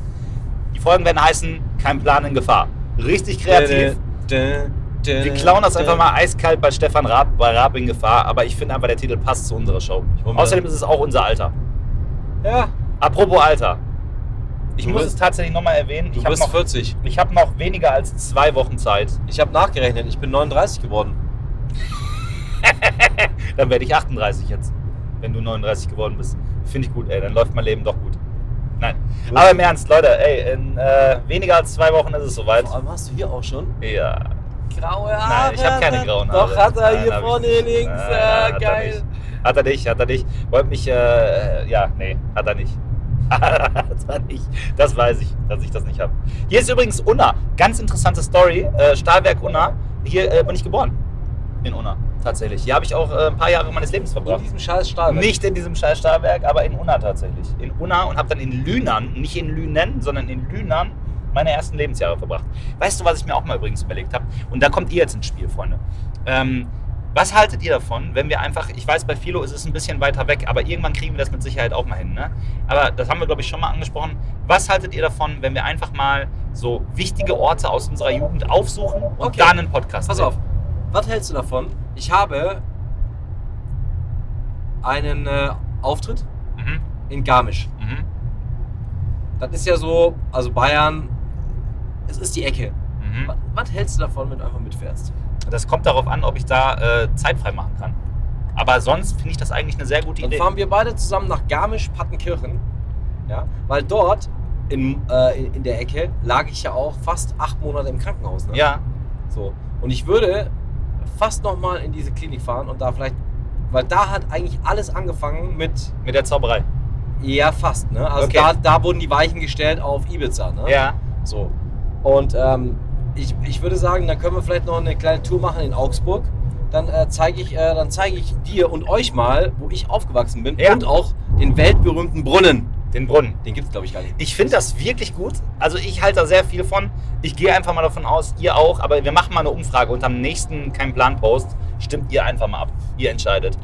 Speaker 4: Folgen werden heißen, kein Plan in Gefahr. Richtig kreativ. Wir
Speaker 3: Wir
Speaker 4: klauen das einfach mal eiskalt bei Stefan Raab, bei Raab in Gefahr, aber ich finde einfach, der Titel passt zu unserer Show.
Speaker 3: hol mir-
Speaker 4: Außerdem ist es auch unser Alter.
Speaker 3: Ja,
Speaker 4: Apropos Alter. Ich
Speaker 3: Du
Speaker 4: muss
Speaker 3: bist-
Speaker 4: es tatsächlich nochmal erwähnen.
Speaker 3: du
Speaker 4: Ich habe
Speaker 3: bist
Speaker 4: noch,
Speaker 3: 40.
Speaker 4: ich hab noch weniger als zwei Wochen Zeit.
Speaker 3: Ich habe nachgerechnet, ich bin 39 geworden.
Speaker 4: Dann werde ich 38 jetzt, wenn du 39 geworden bist. Finde ich gut, ey. Dann läuft mein Leben doch gut. Nein.
Speaker 3: Gut.
Speaker 4: Aber im Ernst, Leute, ey, in äh, weniger als zwei Wochen ist es soweit.
Speaker 3: Vor allem hast du hier auch schon
Speaker 4: Ja.
Speaker 3: graue Haare.
Speaker 4: Nein, ich habe keine grauen Haare.
Speaker 3: Doch, hat er
Speaker 4: Nein,
Speaker 3: hier
Speaker 4: hab ich
Speaker 3: vorne
Speaker 4: nicht.
Speaker 3: links. äh,
Speaker 4: Nein, nein, hat Er
Speaker 3: geil.
Speaker 4: nicht. Hat er nicht, hat er nicht. Wollte mich, äh, ja, nee, hat er nicht. <laughs> hat er nicht. Das weiß ich, dass ich das nicht habe. Hier ist übrigens Unna. Ganz interessante Story. Äh, Stahlwerk Unna. Hier äh, bin ich geboren. In Unna, tatsächlich. Hier habe ich auch äh, ein paar Jahre meines Lebens
Speaker 3: In
Speaker 4: verbracht.
Speaker 3: diesem scheiß Stahl.
Speaker 4: Nicht in diesem scheiß Stahlwerk, aber in Unna tatsächlich. In Unna und habe dann in Lünen, nicht in Lünen, sondern in Lünen meine ersten Lebensjahre verbracht. Weißt du, was ich mir auch mal übrigens überlegt habe? Und da kommt ihr jetzt ins Spiel, Freunde. Ähm, was haltet ihr davon, wenn wir einfach, ich weiß, bei Philo ist es ein bisschen weiter weg, aber irgendwann kriegen wir das mit Sicherheit auch mal hin. Ne? Aber das haben wir, glaube ich, schon mal angesprochen. Was haltet ihr davon, wenn wir einfach mal so wichtige Orte aus unserer Jugend aufsuchen und
Speaker 3: Okay.
Speaker 4: da einen Podcast
Speaker 3: Pass
Speaker 4: drehen?
Speaker 3: auf, was hältst du davon? Ich habe einen äh, Auftritt
Speaker 4: Mhm.
Speaker 3: in Garmisch.
Speaker 4: Mhm.
Speaker 3: Das ist ja so, also Bayern, es ist die Ecke.
Speaker 4: Mhm.
Speaker 3: Was, was hältst du davon, wenn du einfach mitfährst?
Speaker 4: Das kommt darauf an, ob ich da äh, Zeit frei machen kann. Aber sonst finde ich das eigentlich eine sehr gute
Speaker 3: Dann
Speaker 4: Idee.
Speaker 3: fahren wir beide zusammen nach Garmisch-Partenkirchen. Ja? Weil dort in, äh, in, in der Ecke lag ich ja auch fast acht Monate im Krankenhaus. Ne?
Speaker 4: Ja,
Speaker 3: So. Und ich würde fast nochmal in diese Klinik fahren und da vielleicht, weil da hat eigentlich alles angefangen mit,
Speaker 4: mit der Zauberei.
Speaker 3: ja fast, ne? Also
Speaker 4: Okay.
Speaker 3: da, da wurden die Weichen gestellt auf Ibiza, ne?
Speaker 4: Ja.
Speaker 3: So. Und ähm, ich, ich würde sagen, dann können wir vielleicht noch eine kleine Tour machen in Augsburg. Dann äh, zeige ich, äh, dann zeige ich dir und euch mal, wo ich aufgewachsen bin
Speaker 4: Ja.
Speaker 3: und auch den weltberühmten Brunnen.
Speaker 4: Den Brunnen.
Speaker 3: Den gibt's glaube ich gar nicht.
Speaker 4: Ich finde das wirklich gut. Also ich halte da sehr viel von. Ich gehe einfach mal davon aus, ihr auch. Aber wir machen mal eine Umfrage und am nächsten kein Plan Post stimmt ihr einfach mal ab. Ihr entscheidet.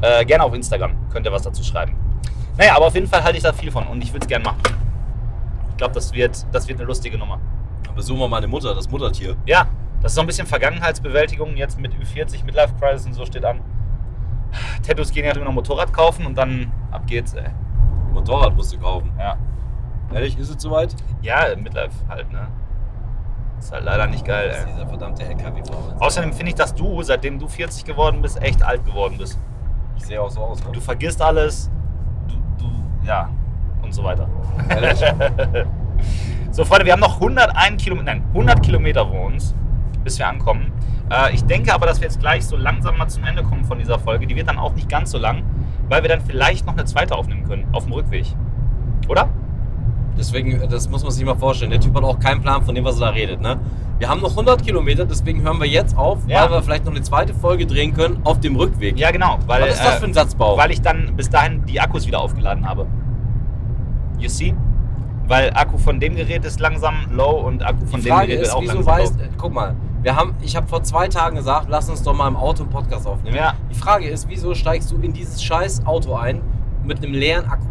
Speaker 4: Äh, gerne auf Instagram könnt ihr was dazu schreiben. Naja, aber auf jeden Fall halte ich da viel von und ich würde es gerne machen. Ich glaube, das wird, das wird eine lustige Nummer.
Speaker 3: Dann besuchen wir meine Mutter, das Muttertier.
Speaker 4: Ja, das ist so ein bisschen Vergangenheitsbewältigung jetzt mit Ü40, Midlife Crisis und so steht an. Tattoos gehen ja drüber noch Motorrad kaufen und dann ab geht's, ey.
Speaker 3: Motorrad musst du kaufen.
Speaker 4: Ja.
Speaker 3: Ehrlich, ist es soweit?
Speaker 4: Ja, Midlife halt, ne? Ist halt leider nicht geil,
Speaker 3: Das ist
Speaker 4: ey.
Speaker 3: dieser verdammte LKW-Bauer.
Speaker 4: Außerdem finde ich, dass du, seitdem du 40 geworden bist, echt alt geworden bist.
Speaker 3: Ich sehe auch so aus. Ne?
Speaker 4: Du vergisst alles, du, du, ja, und so weiter.
Speaker 3: Ehrlich?
Speaker 4: So, Freunde, wir haben noch 101 Kilometer, nein, 100 Kilometer vor uns, bis wir ankommen. Äh, ich denke aber, dass wir jetzt gleich so langsam mal zum Ende kommen von dieser Folge. Die wird dann auch nicht ganz so lang, weil wir dann vielleicht noch eine zweite aufnehmen können, auf dem Rückweg. Oder?
Speaker 3: <laughs> Deswegen, das muss man sich mal vorstellen. Der Typ hat auch keinen Plan von dem, was er da redet. Ne? Wir haben noch 100 Kilometer, deswegen hören wir jetzt auf,
Speaker 4: Ja.
Speaker 3: weil wir vielleicht noch eine zweite Folge drehen können auf dem Rückweg.
Speaker 4: Ja, genau. Weil,
Speaker 3: was ist das
Speaker 4: äh,
Speaker 3: für ein Satzbau?
Speaker 4: Weil ich dann bis dahin die Akkus wieder aufgeladen habe. You see? Weil Akku von dem Gerät ist langsam low und Akku von
Speaker 3: die
Speaker 4: dem
Speaker 3: Frage
Speaker 4: Gerät
Speaker 3: ist,
Speaker 4: auch
Speaker 3: wieso
Speaker 4: langsam
Speaker 3: weißt
Speaker 4: low.
Speaker 3: äh, guck mal, wir haben, ich habe vor zwei Tagen gesagt, lass uns doch mal im Auto einen Podcast aufnehmen.
Speaker 4: Ja.
Speaker 3: Die Frage ist, wieso steigst du in dieses scheiß Auto ein mit einem leeren Akku?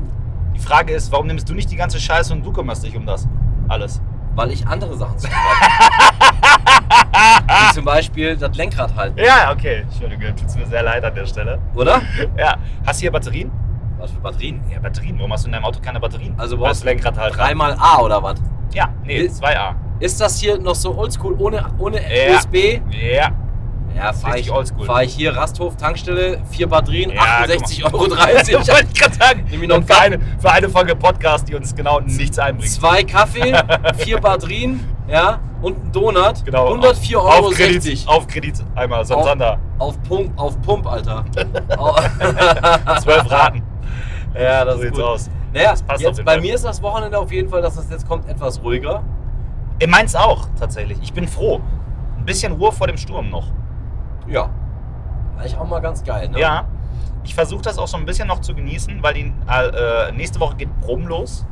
Speaker 4: Die Frage ist, warum nimmst du nicht die ganze Scheiße und du kümmerst dich um das alles?
Speaker 3: Weil ich andere Sachen zu tun habe.
Speaker 4: <laughs>
Speaker 3: Wie zum Beispiel das Lenkrad halten,
Speaker 4: Ja, okay. Entschuldige, tut's mir sehr leid an der Stelle.
Speaker 3: oder?
Speaker 4: Ja. Hast du hier Batterien?
Speaker 3: Was für Batterien?
Speaker 4: Ja, Batterien. Warum hast du in deinem Auto keine Batterien?
Speaker 3: Also
Speaker 4: du brauchst
Speaker 3: brauchst
Speaker 4: du Lenkrad halt.
Speaker 3: Dreimal A oder was?
Speaker 4: Ja, nee,
Speaker 3: Will-
Speaker 4: 2A.
Speaker 3: Ist das hier noch so oldschool ohne, ohne
Speaker 4: Ja.
Speaker 3: USB?
Speaker 4: Ja.
Speaker 3: <laughs> Ja,
Speaker 4: ist
Speaker 3: fahr
Speaker 4: richtig
Speaker 3: ich,
Speaker 4: oldschool.
Speaker 3: fahr ich hier Rasthof, Tankstelle, vier Batterien,
Speaker 4: Ja,
Speaker 3: 68,30 Euro. 30.
Speaker 4: Ich <laughs> wollte gerade sagen,
Speaker 3: Nimm ihn noch
Speaker 4: und für eine, für eine Folge Podcast, die uns genau nichts einbringt.
Speaker 3: Zwei Kaffee,
Speaker 4: <laughs>
Speaker 3: vier Batterien, ja, und ein Donut.
Speaker 4: Genau.
Speaker 3: 104,60
Speaker 4: auf,
Speaker 3: Euro. Oh.
Speaker 4: Auf Kredit, auf Kredit einmal, so ein
Speaker 3: Auf-
Speaker 4: Sander.
Speaker 3: Auf Pump, auf Pump,
Speaker 4: <laughs>
Speaker 3: Alter. Oh. Au- <laughs>
Speaker 4: Zwölf Raten.
Speaker 3: ja, das
Speaker 4: so
Speaker 3: ist
Speaker 4: sieht's
Speaker 3: gut.
Speaker 4: aus.
Speaker 3: Naja,
Speaker 4: Das passt auf
Speaker 3: jetzt,
Speaker 4: jeden
Speaker 3: bei
Speaker 4: Fall.
Speaker 3: mir ist das Wochenende auf jeden Fall, dass das jetzt kommt, etwas ruhiger.
Speaker 4: In Mainz auch, tatsächlich. Ich bin froh. Ein bisschen Ruhe vor dem Sturm noch.
Speaker 3: Ja. Eigentlich auch mal ganz geil, ne?
Speaker 4: Ja. Ich versuche das auch so ein bisschen noch zu genießen, weil die äh, äh, nächste Woche geht Proben los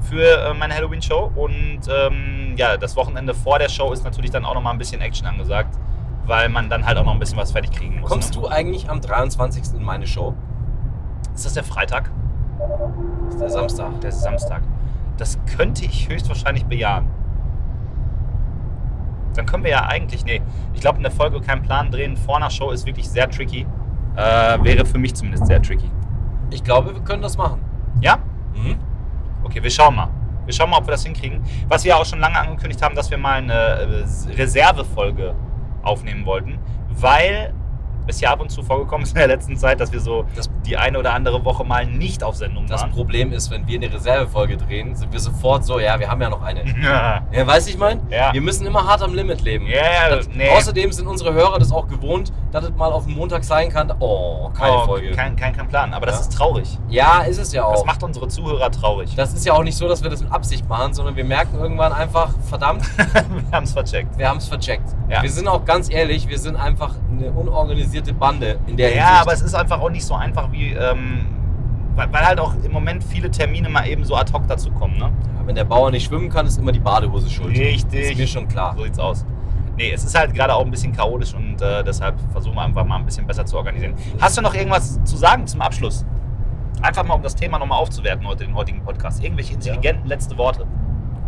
Speaker 4: für äh, meine Halloween-Show. Und ähm, ja, das Wochenende vor der Show ist natürlich dann auch nochmal ein bisschen Action angesagt, weil man dann halt auch noch ein bisschen was fertig kriegen muss.
Speaker 3: Kommst
Speaker 4: ne?
Speaker 3: du eigentlich am 23. in meine Show?
Speaker 4: Ist das der Freitag?
Speaker 3: Das ist der Samstag.
Speaker 4: Der Samstag. Das könnte ich höchstwahrscheinlich bejahen. Dann können wir ja eigentlich, nee, ich glaube in der Folge keinen Plan drehen. Vor einer Show ist wirklich sehr tricky. Äh, wäre für mich zumindest sehr tricky.
Speaker 3: Ich glaube, wir können das machen.
Speaker 4: Ja?
Speaker 3: Mhm.
Speaker 4: Okay, wir schauen mal. Wir schauen mal, ob wir das hinkriegen. Was wir auch schon lange angekündigt haben, dass wir mal eine äh, Reservefolge aufnehmen wollten, weil es ja ab und zu vorgekommen ist in der letzten Zeit, dass wir so
Speaker 3: Das-
Speaker 4: die eine oder andere Woche mal nicht auf Sendung
Speaker 3: Das
Speaker 4: waren.
Speaker 3: Problem ist, wenn wir eine Reservefolge drehen, sind wir sofort so, ja, wir haben ja noch eine.
Speaker 4: <laughs> ja,
Speaker 3: Ja, weißt du, ich mein?
Speaker 4: Mhm. ja,
Speaker 3: Wir müssen immer hart am Limit leben.
Speaker 4: ja,
Speaker 3: Das,
Speaker 4: nee.
Speaker 3: Außerdem sind unsere Hörer das auch gewohnt, dass es mal auf den Montag sein kann. Oh, keine
Speaker 4: Oh,
Speaker 3: Folge.
Speaker 4: Kein, kein, kein Plan, aber das
Speaker 3: Ja.
Speaker 4: ist traurig.
Speaker 3: ja, ist es ja auch.
Speaker 4: Das macht unsere Zuhörer traurig.
Speaker 3: Das ist ja auch nicht so, dass wir das mit Absicht machen, sondern wir merken irgendwann einfach, verdammt,
Speaker 4: wir haben es vercheckt.
Speaker 3: wir haben es vercheckt.
Speaker 4: Ja.
Speaker 3: Wir sind auch ganz ehrlich, wir sind einfach eine unorganisierte Bande in der
Speaker 4: Ja, aber
Speaker 3: Hinsicht.
Speaker 4: es ist einfach auch nicht so einfach wie, ähm, weil, weil halt auch im Moment viele Termine mal eben so ad hoc dazu kommen, ne?
Speaker 3: Ja, Wenn der Bauer nicht schwimmen kann, ist immer die Badehose schuld.
Speaker 4: Richtig.
Speaker 3: Ist mir schon klar.
Speaker 4: So sieht's aus. Nee, es ist halt gerade auch ein bisschen chaotisch und äh, deshalb versuchen wir einfach mal ein bisschen besser zu organisieren. Hast du noch irgendwas zu sagen zum Abschluss? Einfach mal, um das Thema nochmal aufzuwerten heute, den heutigen Podcast. Irgendwelche intelligenten letzte Worte.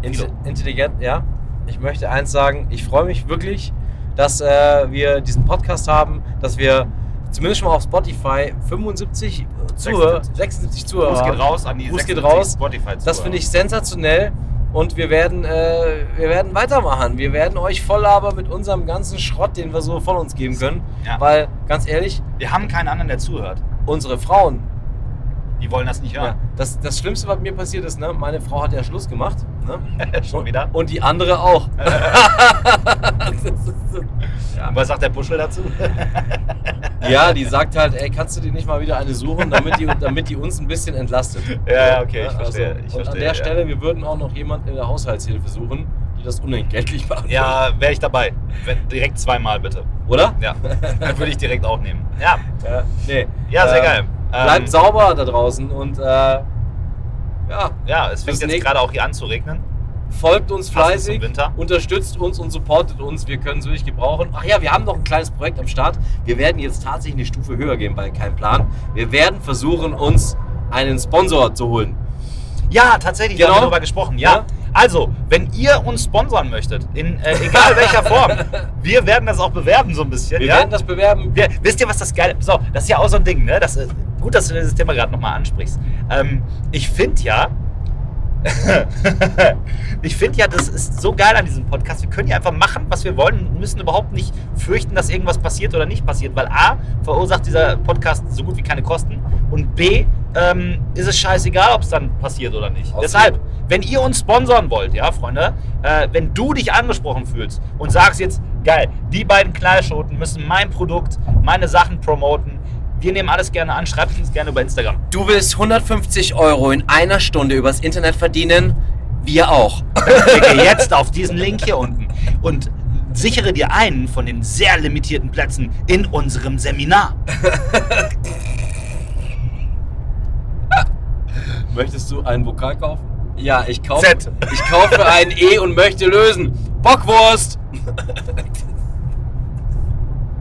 Speaker 3: Inte- intelligent, ja. Ich möchte eins sagen, ich freue mich wirklich, dass äh, wir diesen Podcast haben, dass wir zumindest schon mal auf Spotify 75 Zuhörer,
Speaker 4: 76.
Speaker 3: 76 Zuhörer
Speaker 4: Gruß geht
Speaker 3: haben.
Speaker 4: raus an die
Speaker 3: Gruß geht
Speaker 4: 76
Speaker 3: raus.
Speaker 4: spotify
Speaker 3: Das finde ich sensationell und wir werden, äh, wir werden weitermachen. Wir werden euch voll aber mit unserem ganzen Schrott, den wir so von uns geben können,
Speaker 4: Ja.
Speaker 3: weil ganz ehrlich,
Speaker 4: Wir haben keinen anderen, der zuhört.
Speaker 3: unsere Frauen,
Speaker 4: Die wollen das nicht
Speaker 3: ja.
Speaker 4: hören.
Speaker 3: das, das Schlimmste, was mir passiert ist, ne, meine Frau hat ja Schluss gemacht ne,
Speaker 4: <laughs> Schon wieder.
Speaker 3: und die andere
Speaker 4: <laughs>
Speaker 3: auch. Das ist so-
Speaker 4: Und was sagt der
Speaker 3: <laughs>
Speaker 4: Puschel dazu?
Speaker 3: Ja, die sagt halt, ey, kannst du dir nicht mal wieder eine suchen, damit die, damit die uns ein bisschen entlastet. also,
Speaker 4: Ja, ja, okay, ich verstehe, ich
Speaker 3: und an
Speaker 4: verstehe,
Speaker 3: der
Speaker 4: ja.
Speaker 3: Stelle, wir würden auch noch jemanden in der Haushaltshilfe suchen, die das unentgeltlich <laughs> beantwortet.
Speaker 4: Ja, wäre ich dabei. Wenn, direkt zweimal bitte.
Speaker 3: Oder? <laughs>
Speaker 4: Ja, würde ich direkt auch nehmen. Ja,
Speaker 3: Ja, nee.
Speaker 4: ja sehr
Speaker 3: Ähm,
Speaker 4: geil. Ähm,
Speaker 3: Bleibt sauber da draußen und äh, ja,
Speaker 4: Ja, es fängt
Speaker 3: Bis
Speaker 4: jetzt
Speaker 3: nächst-
Speaker 4: gerade auch hier an zu regnen.
Speaker 3: folgt uns
Speaker 4: Passend
Speaker 3: fleißig,
Speaker 4: zum Winter.
Speaker 3: unterstützt uns und supportet uns. Wir können es wirklich gebrauchen. Ach ja, wir haben noch ein kleines Projekt am Start. Wir werden jetzt tatsächlich eine Stufe höher gehen bei Kein Plan. Wir werden versuchen, uns einen Sponsor zu holen.
Speaker 4: Ja, tatsächlich,
Speaker 3: Genau.
Speaker 4: wir haben darüber gesprochen. Ja.
Speaker 3: Ja.
Speaker 4: Also, wenn ihr uns sponsern möchtet, in äh, egal
Speaker 3: <laughs>
Speaker 4: welcher Form, wir werden das auch bewerben so ein bisschen.
Speaker 3: Wir
Speaker 4: ja?
Speaker 3: werden das bewerben.
Speaker 4: wir, wisst ihr, was das geile So, das ist ja auch so ein Ding, ne? Das ist, gut, dass du dieses Thema gerade nochmal ansprichst. Ähm, ich
Speaker 3: <laughs>
Speaker 4: finde ja, <laughs> ich finde ja, das ist so geil an diesem Podcast. Wir können ja einfach machen, was wir wollen und müssen überhaupt nicht fürchten, dass irgendwas passiert oder nicht passiert, weil A, verursacht dieser Podcast so gut wie keine Kosten und B, ähm, ist es scheißegal, ob es dann passiert oder nicht.
Speaker 3: Außerdem-
Speaker 4: Deshalb, wenn ihr uns sponsoren wollt, ja, Freunde, äh, wenn du dich angesprochen fühlst und sagst jetzt, geil, die beiden Kleidschoten müssen mein Produkt, meine Sachen promoten, wir nehmen alles gerne an, schreibt uns gerne über Instagram.
Speaker 3: Du willst 150 Euro in einer Stunde übers Internet verdienen? Wir auch.
Speaker 4: Klicke jetzt auf diesen Link hier unten und sichere dir einen von den sehr limitierten Plätzen in unserem Seminar.
Speaker 3: Möchtest du einen Vokal kaufen? Ja, ich kaufe.
Speaker 4: Z.
Speaker 3: Ich kaufe ein E und möchte lösen. Bockwurst!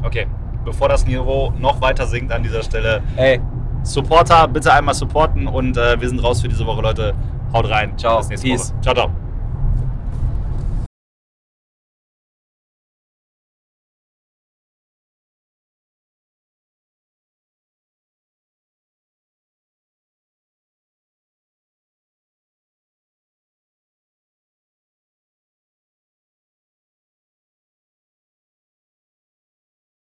Speaker 4: Okay, bevor das Niveau noch weiter sinkt an dieser Stelle,
Speaker 3: Ey,
Speaker 4: Supporter bitte einmal supporten und äh, wir sind raus für diese Woche, Leute. Haut rein.
Speaker 3: Ciao.
Speaker 4: Bis nächste
Speaker 3: Peace.
Speaker 4: Woche. Ciao, ciao.